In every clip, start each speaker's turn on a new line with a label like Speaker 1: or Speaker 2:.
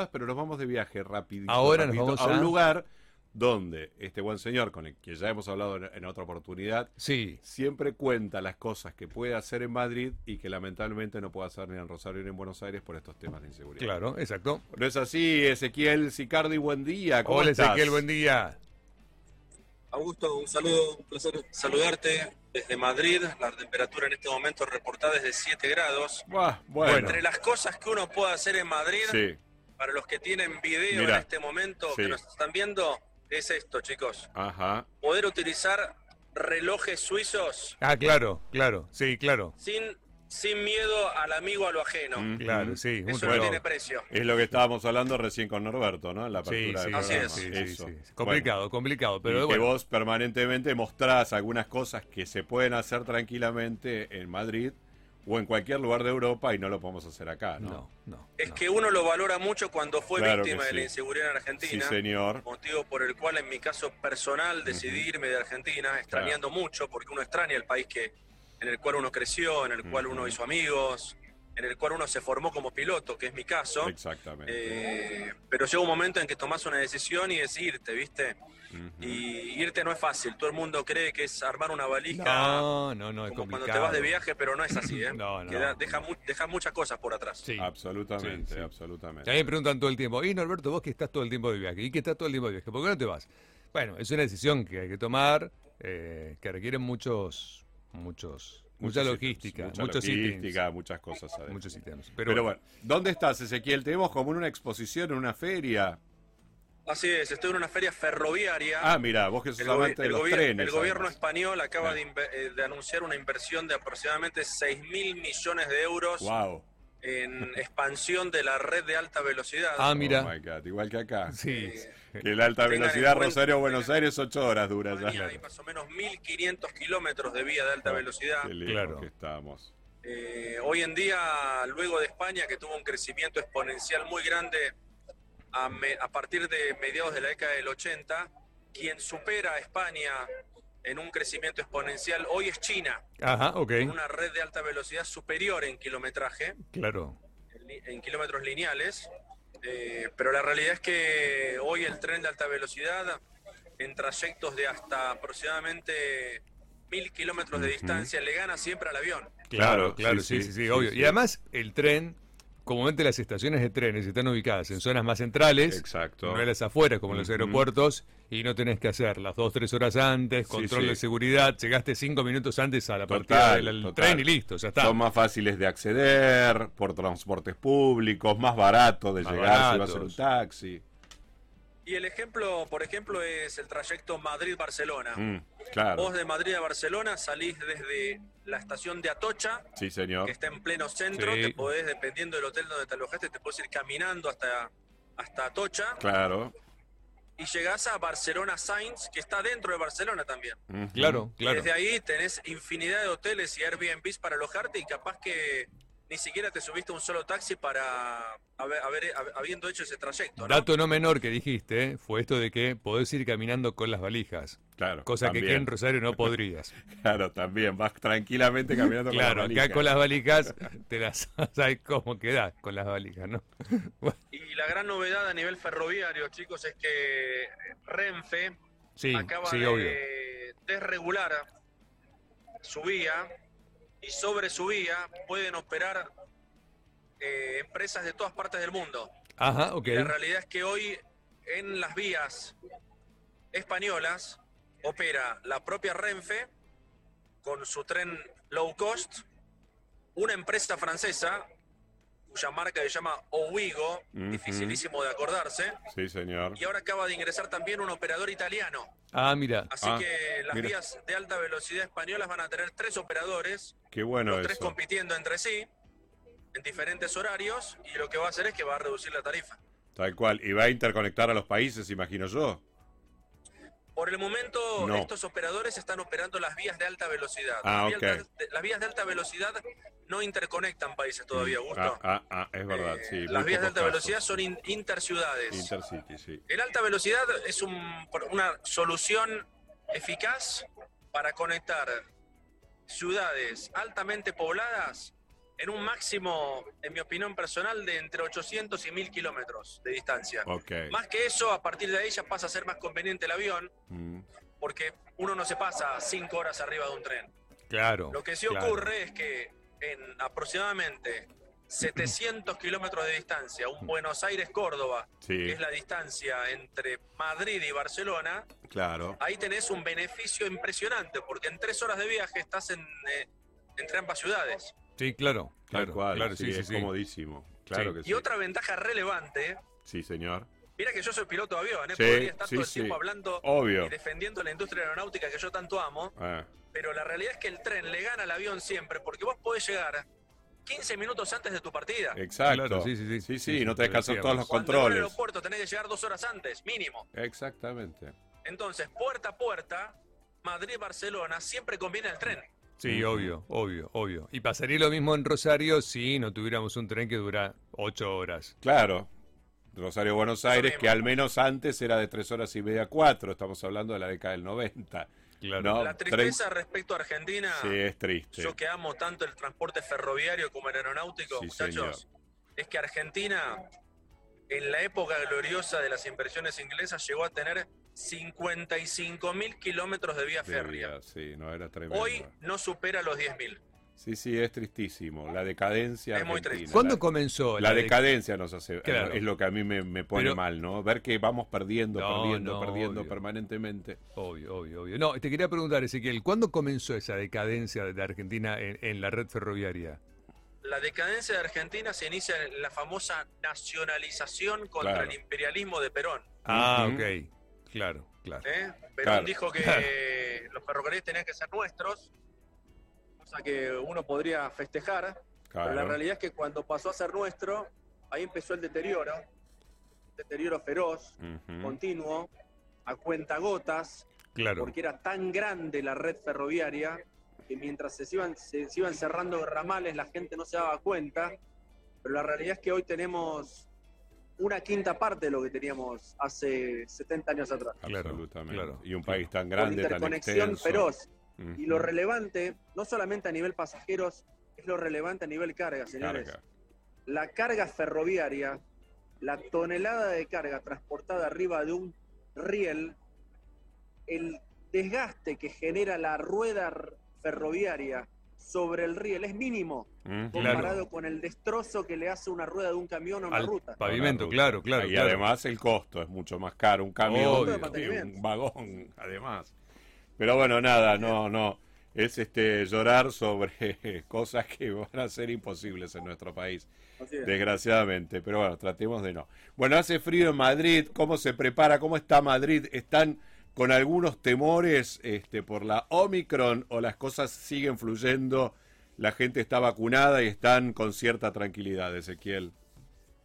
Speaker 1: Ah, pero nos vamos de viaje rapidito.
Speaker 2: Ahora nos
Speaker 1: rapidito,
Speaker 2: vamos
Speaker 1: a
Speaker 2: a-
Speaker 1: un lugar donde este buen señor, con el que ya hemos hablado en, en otra oportunidad,
Speaker 2: Sí.
Speaker 1: siempre cuenta las cosas que puede hacer en Madrid y que lamentablemente no puede hacer ni en Rosario ni en Buenos Aires por estos temas de inseguridad.
Speaker 2: Claro, exacto.
Speaker 1: No es así, Ezequiel Sicardi, buen día. ¿Cómo
Speaker 2: Hola
Speaker 1: estás?
Speaker 2: Ezequiel, buen día.
Speaker 3: Augusto, un saludo, un placer saludarte desde Madrid. La temperatura en este momento reportada es de 7 grados.
Speaker 1: Buah, bueno,
Speaker 3: Entre las cosas que uno puede hacer en Madrid,
Speaker 1: sí.
Speaker 3: para los que tienen video
Speaker 1: Mirá.
Speaker 3: en este momento
Speaker 1: Sí.
Speaker 3: que nos están viendo, es esto, chicos.
Speaker 1: Ajá.
Speaker 3: Poder utilizar relojes suizos
Speaker 2: Ah, claro, claro, sí, claro.
Speaker 3: sin, sin miedo al amigo a lo ajeno.
Speaker 1: Mm, Eh,
Speaker 2: Claro,
Speaker 1: mm.
Speaker 2: sí. un
Speaker 3: Eso no
Speaker 2: reloj.
Speaker 3: tiene precio.
Speaker 1: Es lo que estábamos hablando recién con Norberto, ¿no? En la
Speaker 2: Sí,
Speaker 1: apertura
Speaker 2: sí,
Speaker 1: del
Speaker 3: Así
Speaker 1: programa.
Speaker 3: es.
Speaker 2: sí, sí,
Speaker 1: Eso.
Speaker 2: sí.
Speaker 1: Bueno,
Speaker 2: Complicado, complicado,
Speaker 1: y
Speaker 2: pero
Speaker 1: que
Speaker 2: bueno.
Speaker 1: vos permanentemente mostrás algunas cosas que se pueden hacer tranquilamente en Madrid o en cualquier lugar de Europa y no lo podemos hacer acá, ¿no?
Speaker 2: No, no.
Speaker 3: Es
Speaker 2: no.
Speaker 3: que uno lo valora mucho cuando fue
Speaker 1: Claro
Speaker 3: víctima
Speaker 1: que
Speaker 3: de la
Speaker 1: sí.
Speaker 3: inseguridad en
Speaker 1: Sí,
Speaker 3: Argentina.
Speaker 1: señor.
Speaker 3: motivo por el cual en mi caso personal decidí irme de Argentina, extrañando mucho, porque uno extraña el país que, en el cual uno creció, en el cual uno hizo amigos, en el cual uno se formó como piloto, que es mi caso.
Speaker 1: Exactamente.
Speaker 3: Eh, pero llega un momento en que tomás una decisión y es irte, ¿viste?
Speaker 1: Ujú.
Speaker 3: Y irte no es fácil, todo el mundo cree que es armar una valija.
Speaker 2: No, no, no, es
Speaker 3: Como
Speaker 2: complicado.
Speaker 3: cuando te vas de viaje, pero no es así, ¿eh?
Speaker 2: No, no.
Speaker 3: Queda- deja, mu- deja muchas cosas por atrás.
Speaker 2: Sí.
Speaker 1: Ah, pues, Absolutamente,
Speaker 2: Sí, sí.
Speaker 1: absolutamente.
Speaker 2: También me preguntan todo el tiempo, y Norberto, vos que estás todo el tiempo de viaje, y que estás todo el tiempo de viaje, ¿por qué no te vas? Bueno, es una decisión que hay que tomar, eh, que requiere muchos, muchos, mucha
Speaker 1: Muchos
Speaker 2: logística,
Speaker 1: ítems, mucha
Speaker 2: muchos
Speaker 1: logística,
Speaker 2: ítems,
Speaker 1: muchas cosas. adentro.
Speaker 2: muchos ítems. Pero,
Speaker 1: Pero, bueno, ¿dónde estás, Ezequiel? Te vemos como en una exposición, en una feria.
Speaker 3: Así es, estoy en una feria ferroviaria.
Speaker 1: Ah, mira, vos que sos
Speaker 3: El, gobi-
Speaker 1: amante de
Speaker 3: el
Speaker 1: los
Speaker 3: gobi-
Speaker 1: trenes.
Speaker 3: el gobierno
Speaker 1: además.
Speaker 3: español acaba
Speaker 1: Claro.
Speaker 3: de, inve- eh, de anunciar una inversión de aproximadamente 6 mil millones de euros
Speaker 1: Wow.
Speaker 3: en expansión de la red de alta velocidad.
Speaker 2: ah,
Speaker 1: Oh my
Speaker 2: mira,
Speaker 1: God, igual que acá.
Speaker 2: sí,
Speaker 1: Que la alta
Speaker 3: Tengan en
Speaker 1: velocidad
Speaker 3: cuenta-
Speaker 1: Rosario-Buenos Aires, ocho horas dura
Speaker 3: España
Speaker 1: ya.
Speaker 3: Hay más o menos 1.500 kilómetros de vía de alta velocidad.
Speaker 1: Qué lejos
Speaker 2: Claro.
Speaker 1: que estamos.
Speaker 3: Eh, hoy en día, luego de España, que tuvo un crecimiento exponencial muy grande a, me- a partir de mediados de la década del 80, quien supera a España en un crecimiento exponencial hoy es China.
Speaker 2: ajá, ok,
Speaker 3: con una red de alta velocidad superior en kilometraje,
Speaker 2: claro,
Speaker 3: en li- en kilómetros lineales, eh, pero la realidad es que hoy el tren de alta velocidad, en trayectos de hasta aproximadamente mil kilómetros de distancia, le gana siempre al avión.
Speaker 1: Claro,
Speaker 2: claro, claro, sí, sí, sí, obvio.
Speaker 1: sí.
Speaker 2: Y además, el tren, comúnmente las estaciones de trenes están ubicadas en zonas más centrales,
Speaker 1: Exacto.
Speaker 2: no en las afueras como en los
Speaker 1: Ujú.
Speaker 2: aeropuertos, y no tenés que hacer las dos, tres horas antes,
Speaker 1: Sí,
Speaker 2: control
Speaker 1: sí.
Speaker 2: de seguridad, llegaste cinco minutos antes a la
Speaker 1: Total,
Speaker 2: partida del del
Speaker 1: total.
Speaker 2: tren y listo, ya está.
Speaker 1: Son más fáciles de acceder por transportes públicos, más barato de
Speaker 2: Más
Speaker 1: llegar si vas en un
Speaker 2: baratos.
Speaker 1: taxi.
Speaker 3: Y el ejemplo, por ejemplo, es el trayecto Madrid-Barcelona.
Speaker 1: Mm, claro.
Speaker 3: Vos de Madrid a Barcelona salís desde la estación de Atocha,
Speaker 1: Sí, señor.
Speaker 3: que está en pleno centro,
Speaker 2: Sí.
Speaker 3: te podés, dependiendo del hotel donde te alojaste, te podés ir caminando hasta, hasta Atocha
Speaker 1: Claro.
Speaker 3: y llegás a Barcelona Sainz, que está dentro de Barcelona también.
Speaker 1: Ujú.
Speaker 2: Claro, claro.
Speaker 3: Desde ahí tenés infinidad de hoteles y Airbnbs para alojarte y capaz que ni siquiera te subiste a un solo taxi para haber, haber- hab- habiendo hecho ese trayecto. ¿no?
Speaker 2: Dato no menor que dijiste ¿eh? fue esto de que podés ir caminando con las valijas,
Speaker 1: Claro.
Speaker 2: cosa que aquí
Speaker 1: también.
Speaker 2: en Rosario no podrías.
Speaker 1: Claro, también. Vas tranquilamente caminando
Speaker 2: claro,
Speaker 1: con la
Speaker 2: acá con las valijas te las sabes cómo quedás con las valijas, ¿no?
Speaker 3: Y la gran novedad a nivel ferroviario, chicos, es que Renfe
Speaker 2: Sí,
Speaker 3: acaba
Speaker 2: sí,
Speaker 3: de
Speaker 2: obvio.
Speaker 3: desregular su vía y sobre su vía pueden operar eh, empresas de todas partes del mundo.
Speaker 2: Ajá, ok.
Speaker 3: La realidad es que hoy en las vías españolas opera la propia Renfe con su tren low cost, una empresa francesa cuya marca se llama Owigo,
Speaker 1: Ujú.
Speaker 3: dificilísimo de acordarse,
Speaker 1: Sí, señor.
Speaker 3: y ahora acaba de ingresar también un operador italiano.
Speaker 2: Ah, mira.
Speaker 3: Así
Speaker 1: Ah,
Speaker 3: que las
Speaker 1: mira.
Speaker 3: vías de alta velocidad españolas van a tener tres operadores,
Speaker 1: Qué bueno
Speaker 3: los tres
Speaker 1: eso.
Speaker 3: compitiendo entre sí en diferentes horarios y lo que va a hacer es que va a reducir la tarifa.
Speaker 1: Tal cual. Y va a interconectar a los países, imagino yo.
Speaker 3: Por el momento
Speaker 1: No.
Speaker 3: estos operadores están operando las vías de alta velocidad.
Speaker 1: Ah,
Speaker 3: las, vías
Speaker 1: ok.
Speaker 3: de, las vías de alta velocidad no interconectan países todavía, Gusto.
Speaker 1: Ah, ah, ah, es verdad,
Speaker 3: Eh,
Speaker 1: sí. muy
Speaker 3: las vías de
Speaker 1: pocos
Speaker 3: alta velocidad
Speaker 1: casos.
Speaker 3: son in- interciudades.
Speaker 1: Intercity, sí.
Speaker 3: El alta velocidad es un- una solución eficaz para conectar ciudades altamente pobladas en un máximo, en mi opinión personal, de entre 800 y 1000 kilómetros de distancia.
Speaker 1: Ok.
Speaker 3: Más que eso, a partir de ahí ya pasa a ser más conveniente el avión,
Speaker 1: Mm,
Speaker 3: porque uno no se pasa cinco horas arriba de un tren.
Speaker 2: Claro.
Speaker 3: Lo que sí
Speaker 2: claro.
Speaker 3: ocurre es que en aproximadamente 700 kilómetros de distancia, un Buenos Aires-Córdoba,
Speaker 1: Mm. Sí,
Speaker 3: que es la distancia entre Madrid y Barcelona,
Speaker 1: claro.
Speaker 3: ahí tenés un beneficio impresionante, porque en tres horas de viaje estás en, eh, entre ambas ciudades.
Speaker 2: Sí, claro.
Speaker 1: Tal
Speaker 2: Claro,
Speaker 1: cual.
Speaker 2: claro,
Speaker 1: sí,
Speaker 2: sí, sí,
Speaker 1: es
Speaker 2: sí.
Speaker 1: comodísimo. Claro
Speaker 2: Sí.
Speaker 1: que sí.
Speaker 3: Y otra ventaja relevante,
Speaker 1: Sí, señor.
Speaker 3: mira que yo soy piloto de avión, ¿eh?
Speaker 1: Sí,
Speaker 3: podría estar
Speaker 1: sí,
Speaker 3: todo el
Speaker 1: sí.
Speaker 3: tiempo hablando
Speaker 1: Obvio.
Speaker 3: y defendiendo la industria aeronáutica que yo tanto amo,
Speaker 1: Ah,
Speaker 3: pero la realidad es que el tren le gana al avión siempre, porque vos podés llegar 15 minutos antes de tu partida.
Speaker 1: exacto.
Speaker 2: Claro, sí, sí, sí.
Speaker 1: sí,
Speaker 2: Sí, sí,
Speaker 1: no tenés que hacer
Speaker 2: decíamos.
Speaker 1: todos los
Speaker 3: Cuando en el
Speaker 1: Eh, controles.
Speaker 3: aeropuerto tenés que llegar dos horas antes, mínimo.
Speaker 1: Exactamente.
Speaker 3: Entonces, puerta a puerta, Madrid-Barcelona, siempre conviene el tren.
Speaker 2: Sí,
Speaker 1: Ujú.
Speaker 2: obvio, obvio, obvio. Y pasaría lo mismo en Rosario si no tuviéramos un tren que dura ocho horas.
Speaker 1: Claro. Rosario Buenos Aires,
Speaker 3: mismo.
Speaker 1: que al menos antes era de tres horas y media, cuatro. Estamos hablando de la década del 90.
Speaker 2: Claro.
Speaker 1: No.
Speaker 3: La
Speaker 1: tren-
Speaker 3: tristeza respecto a Argentina,
Speaker 1: Sí, es triste.
Speaker 3: Ah, yo que amo tanto el transporte ferroviario como el aeronáutico,
Speaker 1: Sí,
Speaker 3: muchachos, es que Argentina, en la época gloriosa de las inversiones inglesas, llegó a tener 55 mil kilómetros de vía férrea.
Speaker 1: Debía, sí, no era tremendo.
Speaker 3: Hoy no supera los 10 mil.
Speaker 1: Sí, sí, es tristísimo. La decadencia
Speaker 3: Es muy
Speaker 1: argentina.
Speaker 3: triste.
Speaker 2: ¿Cuándo
Speaker 1: La-
Speaker 2: comenzó
Speaker 1: La
Speaker 2: de-
Speaker 1: decadencia nos hace.
Speaker 2: Claro.
Speaker 1: Es lo que a mí me, me pone
Speaker 2: Pero-
Speaker 1: mal, ¿no? Ver que vamos perdiendo,
Speaker 2: No,
Speaker 1: perdiendo,
Speaker 2: no,
Speaker 1: perdiendo
Speaker 2: obvio.
Speaker 1: permanentemente.
Speaker 2: Obvio, obvio, obvio. No, te quería preguntar, Ezequiel, ¿cuándo comenzó esa decadencia de Argentina en, en la red ferroviaria?
Speaker 3: La decadencia de Argentina se inicia en la famosa nacionalización contra
Speaker 1: Claro.
Speaker 3: el imperialismo de Perón.
Speaker 2: Ah,
Speaker 1: Ujú.
Speaker 2: ok. Claro, claro.
Speaker 3: ¿eh? Perón
Speaker 1: Claro.
Speaker 3: dijo que los ferrocarriles tenían que ser nuestros, cosa que uno podría festejar, pero la
Speaker 1: Claro.
Speaker 3: realidad es que cuando pasó a ser nuestro, ahí empezó el deterioro, deterioro feroz,
Speaker 1: Ujú.
Speaker 3: continuo, a cuentagotas,
Speaker 2: Claro.
Speaker 3: porque era tan grande la red ferroviaria que mientras se iban, se, se iban cerrando ramales la gente no se daba cuenta, pero la realidad es que hoy tenemos una quinta parte de lo que teníamos hace 70 años atrás.
Speaker 2: Claro,
Speaker 1: Absolutamente.
Speaker 2: claro,
Speaker 1: y un
Speaker 2: claro.
Speaker 1: país tan
Speaker 3: Con
Speaker 1: grande, tan
Speaker 3: interconexión
Speaker 1: extenso.
Speaker 3: feroz.
Speaker 1: Ujú.
Speaker 3: Y lo relevante, no solamente a nivel pasajeros, es lo relevante a nivel carga, señores.
Speaker 1: Carga.
Speaker 3: La carga ferroviaria, la tonelada de carga transportada arriba de un riel, el desgaste que genera la rueda r- ferroviaria sobre el riel es mínimo
Speaker 1: Ujú.
Speaker 2: Claro.
Speaker 3: comparado con el destrozo que le hace una rueda de un camión a una
Speaker 2: Al
Speaker 3: ruta.
Speaker 2: pavimento,
Speaker 1: Con la ruta.
Speaker 2: claro, claro.
Speaker 1: Y
Speaker 2: claro.
Speaker 1: además el costo es mucho más caro. Un camión
Speaker 2: Obvio.
Speaker 1: y un
Speaker 3: Mantenimiento.
Speaker 1: vagón, además. Pero bueno, nada, no, no. Es este llorar sobre cosas que van a ser imposibles en nuestro país,
Speaker 3: Así es.
Speaker 1: desgraciadamente. Pero bueno, tratemos de no. Bueno, hace frío en Madrid. ¿Cómo se prepara? ¿Cómo está Madrid? ¿Están con algunos temores este, por la Omicron o las cosas siguen fluyendo? La gente está vacunada y están con cierta tranquilidad, Ezequiel.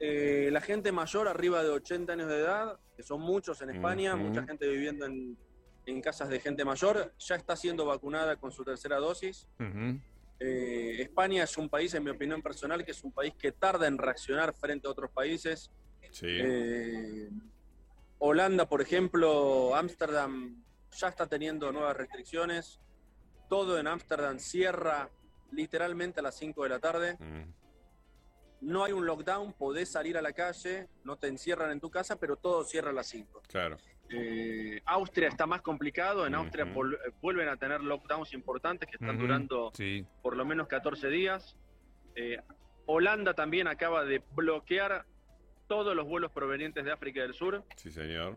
Speaker 3: Eh, la gente mayor, arriba de 80 años de edad, que son muchos en España,
Speaker 1: Ujú.
Speaker 3: mucha gente viviendo en, en casas de gente mayor, ya está siendo vacunada con su tercera dosis.
Speaker 2: Ujú.
Speaker 3: Eh, España es un país, en mi opinión personal, que es un país que tarda en reaccionar frente a otros países.
Speaker 1: Sí.
Speaker 3: Eh, Holanda, por ejemplo, Ámsterdam ya está teniendo nuevas restricciones. Todo en Ámsterdam cierra literalmente a las 5 de la tarde.
Speaker 1: Mm.
Speaker 3: No hay un lockdown, podés salir a la calle, no te encierran en tu casa, pero todo cierra a las 5.
Speaker 1: Claro.
Speaker 3: Eh, Austria está más complicado, en Austria
Speaker 1: Ujú.
Speaker 3: vol- eh, vuelven a tener lockdowns importantes que están
Speaker 2: Ujú.
Speaker 3: durando
Speaker 2: Sí,
Speaker 3: por lo menos 14 días. Eh, Holanda también acaba de bloquear todos los vuelos provenientes de África del Sur.
Speaker 1: Sí, señor.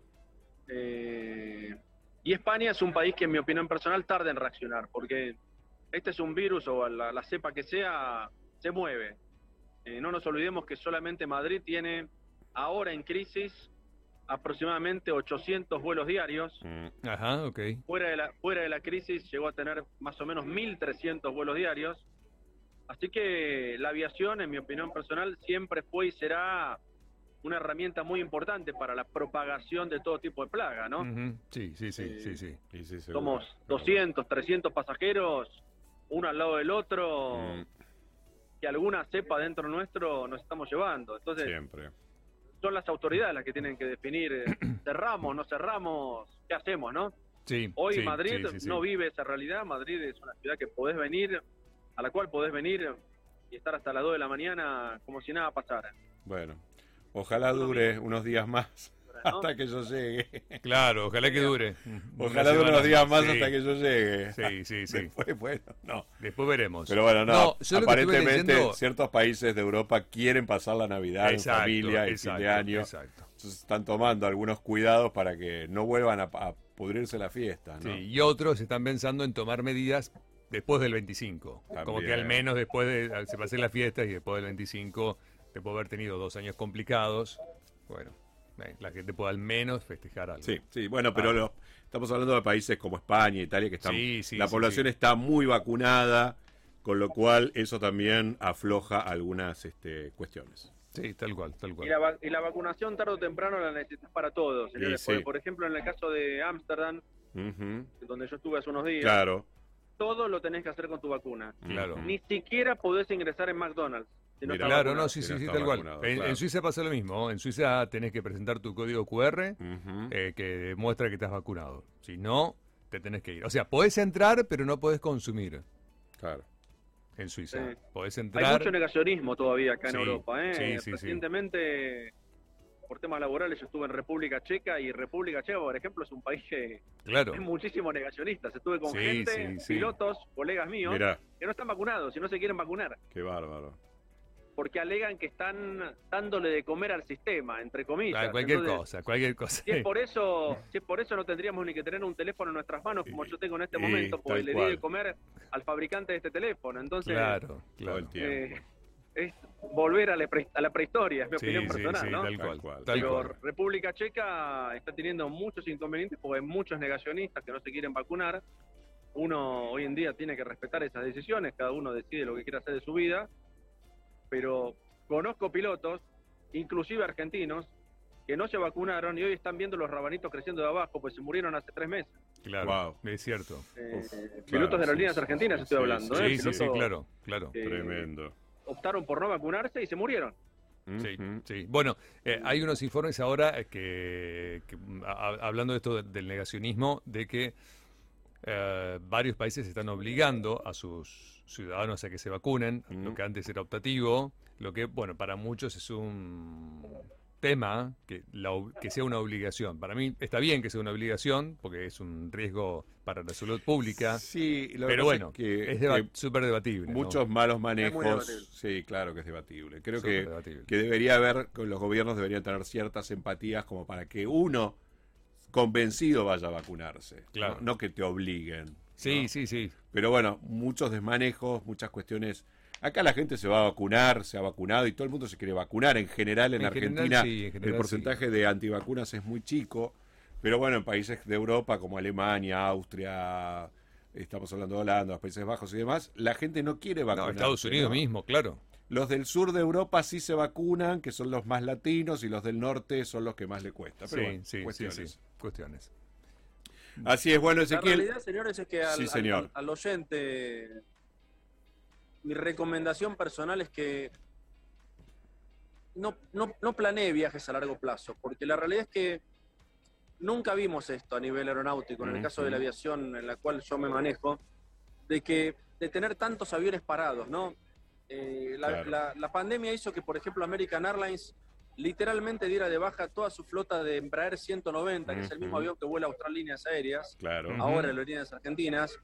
Speaker 3: Eh, y España es un país que, en mi opinión personal, tarda en reaccionar, porque este es un virus o la, la cepa que sea, se mueve. Eh, no nos olvidemos que solamente Madrid tiene ahora en crisis aproximadamente 800 vuelos diarios.
Speaker 1: Mm.
Speaker 2: ajá, ok.
Speaker 3: Fuera de, la, fuera de la crisis llegó a tener más o menos 1.300 vuelos diarios. Así que la aviación, en mi opinión personal, siempre fue y será una herramienta muy importante para la propagación de todo tipo de plaga, ¿no?
Speaker 2: Ujú. Sí, sí, sí,
Speaker 3: Eh,
Speaker 2: sí, sí.
Speaker 1: Y sí, seguro. Mm,
Speaker 3: Somos
Speaker 1: Pero
Speaker 3: 200, 300 pasajeros, uno al lado del otro,
Speaker 1: bueno. Mm,
Speaker 3: que alguna cepa dentro nuestro nos estamos llevando. Entonces,
Speaker 1: Siempre.
Speaker 3: son las autoridades las que tienen que definir, eh, cerramos, no cerramos, ¿qué hacemos, no?
Speaker 2: Sí,
Speaker 3: Hoy
Speaker 2: sí,
Speaker 3: Madrid
Speaker 2: sí, sí, sí.
Speaker 3: no vive esa realidad. Madrid es una ciudad que podés venir, a la cual podés venir y estar hasta las 2 de la mañana como si nada pasara.
Speaker 1: Bueno, ojalá dure unos días más
Speaker 3: ¿no?
Speaker 1: hasta que yo llegue.
Speaker 2: Claro, ojalá que dure.
Speaker 1: Ojalá dure unos días más
Speaker 2: Sí,
Speaker 1: hasta que yo llegue.
Speaker 2: Sí, sí, sí.
Speaker 1: Después, bueno, no.
Speaker 2: Después veremos.
Speaker 1: Pero bueno, no.
Speaker 2: No, yo lo que estuve
Speaker 1: Aparentemente,
Speaker 2: leyendo-
Speaker 1: ciertos países de Europa quieren pasar la Navidad
Speaker 2: Exacto,
Speaker 1: en familia, el fin
Speaker 2: exacto,
Speaker 1: de año.
Speaker 2: exacto.
Speaker 1: Entonces están tomando algunos cuidados para que no vuelvan a, a pudrirse la fiesta,
Speaker 2: Sí,
Speaker 1: ¿no?
Speaker 2: y otros están pensando en tomar medidas después del 25. Como
Speaker 1: También.
Speaker 2: que al menos después de al- se pase la fiesta y después del 25, después de haber tenido dos años complicados, bueno, eh, la gente puede al menos festejar algo.
Speaker 1: Sí, sí, bueno, pero
Speaker 2: Ah.
Speaker 1: lo- estamos hablando de países como España, Italia, que están,
Speaker 2: Sí, sí,
Speaker 1: la
Speaker 2: sí,
Speaker 1: población
Speaker 2: sí.
Speaker 1: está muy vacunada, con lo cual eso también afloja algunas este, cuestiones.
Speaker 2: Sí, tal cual, tal cual.
Speaker 3: Y la, va- y la vacunación tarde o temprano la necesitas para todos, señores.
Speaker 1: sí.
Speaker 3: Porque, por ejemplo, en el caso de Ámsterdam,
Speaker 1: Ujú,
Speaker 3: donde yo estuve hace unos días,
Speaker 1: Claro.
Speaker 3: todo lo tenés que hacer con tu vacuna.
Speaker 2: Claro.
Speaker 1: Ujú.
Speaker 3: Ni siquiera podés ingresar en McDonald's. si no
Speaker 1: Mirá.
Speaker 3: estás
Speaker 2: Claro,
Speaker 3: vacunado.
Speaker 2: no, sí,
Speaker 1: si
Speaker 2: sí,
Speaker 1: no
Speaker 2: sí,
Speaker 1: está
Speaker 2: tal cual.
Speaker 1: vacunado,
Speaker 2: En,
Speaker 1: claro.
Speaker 2: en Suiza pasa lo mismo. En Suiza tenés que presentar tu código QR
Speaker 1: Ujú.
Speaker 2: eh, que demuestra que estás vacunado. Si no, te tenés que ir. O sea, podés entrar, pero no podés consumir
Speaker 1: Claro.
Speaker 2: en Suiza.
Speaker 3: Sí.
Speaker 2: Podés
Speaker 3: Hay
Speaker 2: entrar.
Speaker 3: mucho negacionismo todavía acá en
Speaker 2: Sí,
Speaker 3: Europa. ¿eh?
Speaker 2: sí, sí, sí.
Speaker 3: Recientemente, por temas laborales, yo estuve en República Checa y República Checa, por ejemplo, es un país que
Speaker 2: Claro.
Speaker 3: es muchísimo negacionista. Estuve con
Speaker 2: Sí,
Speaker 3: gente,
Speaker 2: sí, sí.
Speaker 3: pilotos, colegas míos,
Speaker 1: Mirá,
Speaker 3: que no están vacunados y no se quieren vacunar.
Speaker 1: qué bárbaro.
Speaker 3: Porque alegan que están dándole de comer al sistema, entre comillas.
Speaker 2: Ah, cualquier
Speaker 3: Entonces,
Speaker 2: cosa, cualquier cosa.
Speaker 3: Si es, por eso, si es por eso no tendríamos ni que tener un teléfono en nuestras manos como
Speaker 1: Y-
Speaker 3: yo tengo en este
Speaker 1: y
Speaker 3: momento, porque
Speaker 1: tal
Speaker 3: le di
Speaker 1: cual.
Speaker 3: de comer al fabricante de este teléfono. Entonces,
Speaker 2: Claro,
Speaker 1: Todo
Speaker 2: claro.
Speaker 1: el tiempo.
Speaker 3: eh, es volver a la, pre- a la prehistoria, es mi
Speaker 2: Sí,
Speaker 3: opinión
Speaker 2: sí,
Speaker 3: personal,
Speaker 2: sí,
Speaker 3: ¿no?
Speaker 2: tal
Speaker 1: Tal
Speaker 2: cual.
Speaker 1: cual.
Speaker 2: Tal
Speaker 3: Pero
Speaker 2: cual.
Speaker 3: República Checa está teniendo muchos inconvenientes porque hay muchos negacionistas que no se quieren vacunar. Uno hoy en día tiene que respetar esas decisiones, cada uno decide lo que quiere hacer de su vida, pero conozco pilotos, inclusive argentinos, que no se vacunaron y hoy están viendo los rabanitos creciendo de abajo, pues se murieron hace tres meses.
Speaker 2: Claro. Es cierto.
Speaker 3: Eh,
Speaker 1: Uf,
Speaker 3: pilotos
Speaker 1: claro,
Speaker 3: de aerolíneas
Speaker 1: sí, sí,
Speaker 3: argentinas
Speaker 1: sí,
Speaker 3: estoy
Speaker 1: sí,
Speaker 3: hablando,
Speaker 1: sí,
Speaker 3: ¿eh?
Speaker 2: Sí, sí, sí,
Speaker 3: Pilotos
Speaker 2: claro, claro.
Speaker 3: que
Speaker 1: Tremendo.
Speaker 3: Optaron por no vacunarse y se murieron.
Speaker 2: Sí,
Speaker 1: Ujú.
Speaker 2: sí. Bueno, eh, hay unos informes ahora eh, que, que, mm, a- a- hablando de esto de- del negacionismo, de que eh, varios países están obligando a sus ciudadanos a que se vacunen, lo
Speaker 1: Ujú.
Speaker 2: que antes era optativo, lo que, bueno, para muchos es un tema que, la ob- que sea una obligación. Para mí está bien que sea una obligación, porque es un riesgo para la salud pública,
Speaker 1: Sí, lo que pasa
Speaker 2: pero bueno,
Speaker 1: es que, que
Speaker 2: es deba- súper debatible. ¿no?
Speaker 1: muchos malos
Speaker 3: debatible.
Speaker 1: manejos. Sí, claro que es debatible. Creo
Speaker 2: Súper
Speaker 1: que
Speaker 2: debatible.
Speaker 1: que debería haber, que los gobiernos deberían tener ciertas empatías como para que uno convencido vaya a vacunarse,
Speaker 2: Claro.
Speaker 1: no, No que te obliguen.
Speaker 2: Sí,
Speaker 1: ¿no?
Speaker 2: sí, sí.
Speaker 1: Pero bueno, muchos desmanejos, muchas cuestiones. Acá la gente se va a vacunar, se ha vacunado y todo el mundo se quiere vacunar. En general, en,
Speaker 2: En general,
Speaker 1: Argentina,
Speaker 2: sí, en general,
Speaker 1: el porcentaje de antivacunas es muy chico. Pero bueno, en países de Europa como Alemania, Austria, estamos hablando de Holanda, los Países Bajos y demás, la gente no quiere
Speaker 2: No,
Speaker 1: vacunar.
Speaker 2: Estados Unidos mismo, claro.
Speaker 1: Los del sur de Europa sí se vacunan, que son los más latinos, y los del norte son los que más le cuesta. Pero
Speaker 2: sí,
Speaker 1: bueno,
Speaker 2: sí,
Speaker 1: cuestiones.
Speaker 2: sí, sí. Cuestiones.
Speaker 1: Así es, bueno,
Speaker 4: La
Speaker 1: Ezequiel.
Speaker 4: realidad, señores, es que al,
Speaker 1: Sí,
Speaker 4: al-
Speaker 1: señor.
Speaker 4: al oyente, mi recomendación personal es que no, no, no planee viajes a largo plazo, porque la realidad es que nunca vimos esto a nivel aeronáutico, en el caso de la aviación en la cual yo me manejo, de que de tener tantos aviones parados, ¿no? Eh, la,
Speaker 1: Claro.
Speaker 4: la- la pandemia hizo que, por ejemplo, American Airlines literalmente diera de baja toda su flota de Embraer 190, que es el mismo
Speaker 1: Ujú.
Speaker 4: avión que vuela a Austral Líneas Aéreas,
Speaker 1: Claro.
Speaker 2: Ujú.
Speaker 4: ahora aerolíneas argentinas,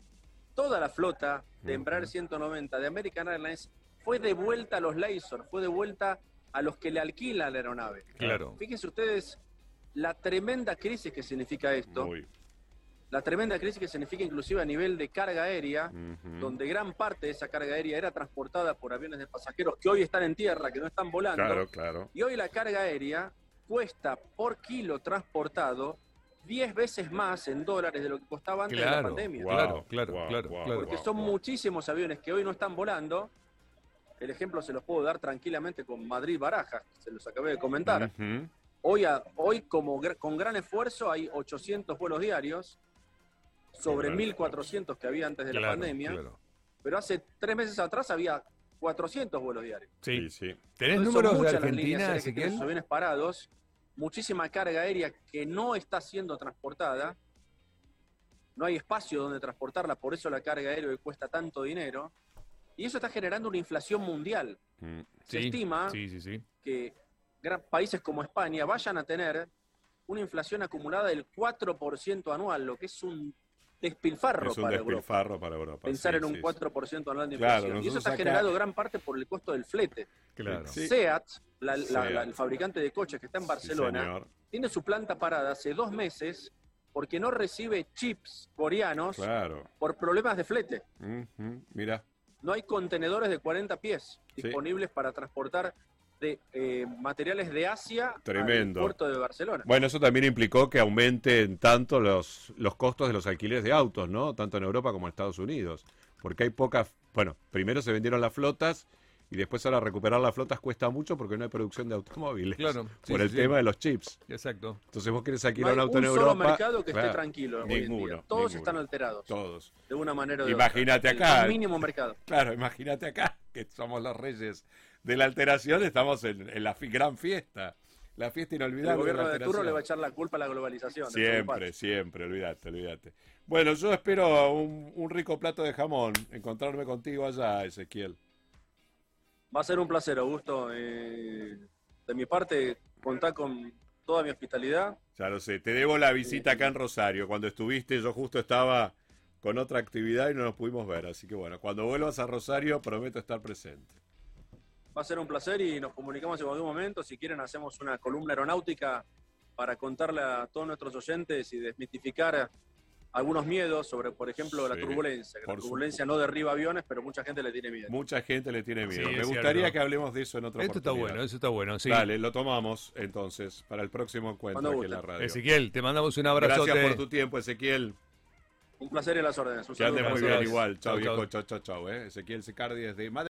Speaker 4: toda la flota de Embraer
Speaker 1: Ujú.
Speaker 4: 190 de American Airlines fue de vuelta a los Lyson, fue de vuelta a los que le alquilan la aeronave.
Speaker 2: Claro.
Speaker 4: Fíjense ustedes la tremenda crisis que significa esto,
Speaker 1: Muy.
Speaker 4: la tremenda crisis que significa inclusive a nivel de carga aérea,
Speaker 1: Ujú.
Speaker 4: donde gran parte de esa carga aérea era transportada por aviones de pasajeros que hoy están en tierra, que no están volando.
Speaker 1: Claro, claro.
Speaker 4: Y hoy la carga aérea cuesta por kilo transportado 10 veces más en dólares de lo que costaba antes de la
Speaker 2: Claro,
Speaker 4: pandemia.
Speaker 1: Guau,
Speaker 2: claro, claro,
Speaker 1: guau,
Speaker 2: claro,
Speaker 1: guau,
Speaker 2: claro.
Speaker 4: Porque
Speaker 1: guau,
Speaker 4: son
Speaker 1: guau.
Speaker 4: muchísimos aviones que hoy no están volando. El ejemplo se los puedo dar tranquilamente con Madrid Barajas, que se los acabé de comentar.
Speaker 1: Ujú.
Speaker 4: Hoy, a- hoy como gr- con gran esfuerzo, hay 800 vuelos diarios sobre
Speaker 1: Correcto.
Speaker 4: 1.400 que había antes de la
Speaker 2: Claro,
Speaker 4: pandemia.
Speaker 2: claro.
Speaker 4: Pero hace tres meses atrás había 400 vuelos diarios.
Speaker 1: Sí,
Speaker 2: Sí.
Speaker 1: sí.
Speaker 2: ¿Tenés
Speaker 4: Entonces, son
Speaker 2: números de
Speaker 4: muchas las líneas
Speaker 2: Argentina,
Speaker 4: aéreas que tienen
Speaker 2: Ezequiel?
Speaker 4: sus aviones parados, muchísima carga aérea que no está siendo transportada. No hay espacio donde transportarla, por eso la carga aérea hoy cuesta tanto dinero. Y eso está generando una inflación mundial.
Speaker 1: Mm.
Speaker 4: Se
Speaker 2: Sí,
Speaker 4: estima
Speaker 2: Sí, sí, sí.
Speaker 4: que gran- países como España vayan a tener una inflación acumulada del 4% anual, lo que es un despilfarro
Speaker 1: Es un
Speaker 4: para Europa.
Speaker 1: despilfarro para Europa.
Speaker 4: Pensar
Speaker 1: sí,
Speaker 4: en un
Speaker 1: sí,
Speaker 4: 4% anual de
Speaker 1: Claro,
Speaker 4: inflación. y eso
Speaker 1: nosotros
Speaker 4: está
Speaker 1: acá-
Speaker 4: generado gran parte por el costo del flete.
Speaker 2: Claro.
Speaker 1: Sí.
Speaker 4: SEAT, la- la-
Speaker 1: Seat.
Speaker 4: la- el fabricante de coches que está en
Speaker 1: sí. Sí,
Speaker 4: Barcelona,
Speaker 1: señor.
Speaker 4: tiene su planta parada hace dos meses porque no recibe chips coreanos
Speaker 1: Claro.
Speaker 4: por problemas de flete.
Speaker 1: Ujú, Mira.
Speaker 4: No hay contenedores de 40 pies
Speaker 1: Sí.
Speaker 4: disponibles para transportar de, eh, materiales de Asia
Speaker 1: Tremendo.
Speaker 4: al puerto de Barcelona.
Speaker 1: Bueno, eso también implicó que aumenten tanto los, los costos de los alquileres de autos, ¿no? Tanto en Europa como en Estados Unidos. Porque hay pocas. Bueno, primero se vendieron las flotas y después ahora recuperar las flotas cuesta mucho porque no hay producción de automóviles.
Speaker 2: Claro, sí,
Speaker 1: por el
Speaker 2: sí, sí.
Speaker 1: tema de los chips.
Speaker 2: Exacto.
Speaker 1: Entonces vos querés
Speaker 4: No
Speaker 1: alquilar
Speaker 4: hay
Speaker 1: un auto
Speaker 4: un
Speaker 1: en
Speaker 4: solo
Speaker 1: Europa.
Speaker 4: mercado que
Speaker 1: claro,
Speaker 4: esté tranquilo. hoy en día.
Speaker 1: ninguno,
Speaker 4: Todos
Speaker 1: ninguno.
Speaker 4: están alterados
Speaker 1: Todos.
Speaker 4: de una manera o de
Speaker 1: Imagínate
Speaker 4: otra.
Speaker 1: acá.
Speaker 4: El mínimo mercado.
Speaker 1: Claro, imagínate acá, que somos los reyes de la alteración, estamos en, en la fi- gran fiesta. La fiesta
Speaker 4: El
Speaker 1: inolvidable. de la
Speaker 4: gobierno de turno
Speaker 1: alteración.
Speaker 4: le va a echar la culpa a la globalización.
Speaker 1: Siempre, siempre, olvídate, olvídate. Bueno, yo espero un, un rico plato de jamón. Encontrarme contigo allá, Ezequiel.
Speaker 4: Va a ser un placer, Augusto. Eh, de mi parte, contá con toda mi hospitalidad.
Speaker 1: Ya lo sé, te debo la visita acá en Rosario. Cuando estuviste, yo justo estaba con otra actividad y no nos pudimos ver. Así que bueno, cuando vuelvas a Rosario, prometo estar presente.
Speaker 4: Va a ser un placer y nos comunicamos en algún momento. Si quieren, hacemos una columna aeronáutica para contarle a todos nuestros oyentes y desmitificar algunos miedos sobre, por ejemplo, la
Speaker 1: Sí,
Speaker 4: turbulencia. Que la
Speaker 1: por
Speaker 4: turbulencia no derriba aviones, pero mucha gente le tiene miedo.
Speaker 1: Mucha gente le tiene miedo.
Speaker 2: Sí,
Speaker 1: Me
Speaker 2: es
Speaker 1: gustaría
Speaker 2: cierto.
Speaker 1: que hablemos de eso en otra
Speaker 2: Esto está
Speaker 1: oportunidad.
Speaker 2: bueno, eso está bueno. Sí.
Speaker 1: Dale, lo tomamos entonces para el próximo encuentro
Speaker 4: Cuando
Speaker 1: aquí en la
Speaker 4: guste.
Speaker 1: radio.
Speaker 2: Ezequiel, te mandamos un
Speaker 1: Gracias
Speaker 2: abrazo.
Speaker 1: por tu tiempo, Ezequiel.
Speaker 4: Un placer y a las órdenes. Un
Speaker 1: Que andes
Speaker 4: saludo
Speaker 1: muy
Speaker 4: para
Speaker 1: bien
Speaker 4: todos.
Speaker 1: igual. Chao,
Speaker 2: Chau, chau.
Speaker 1: viejo. Chao, chao, chao. Eh. Ezequiel Secardi desde Madrid.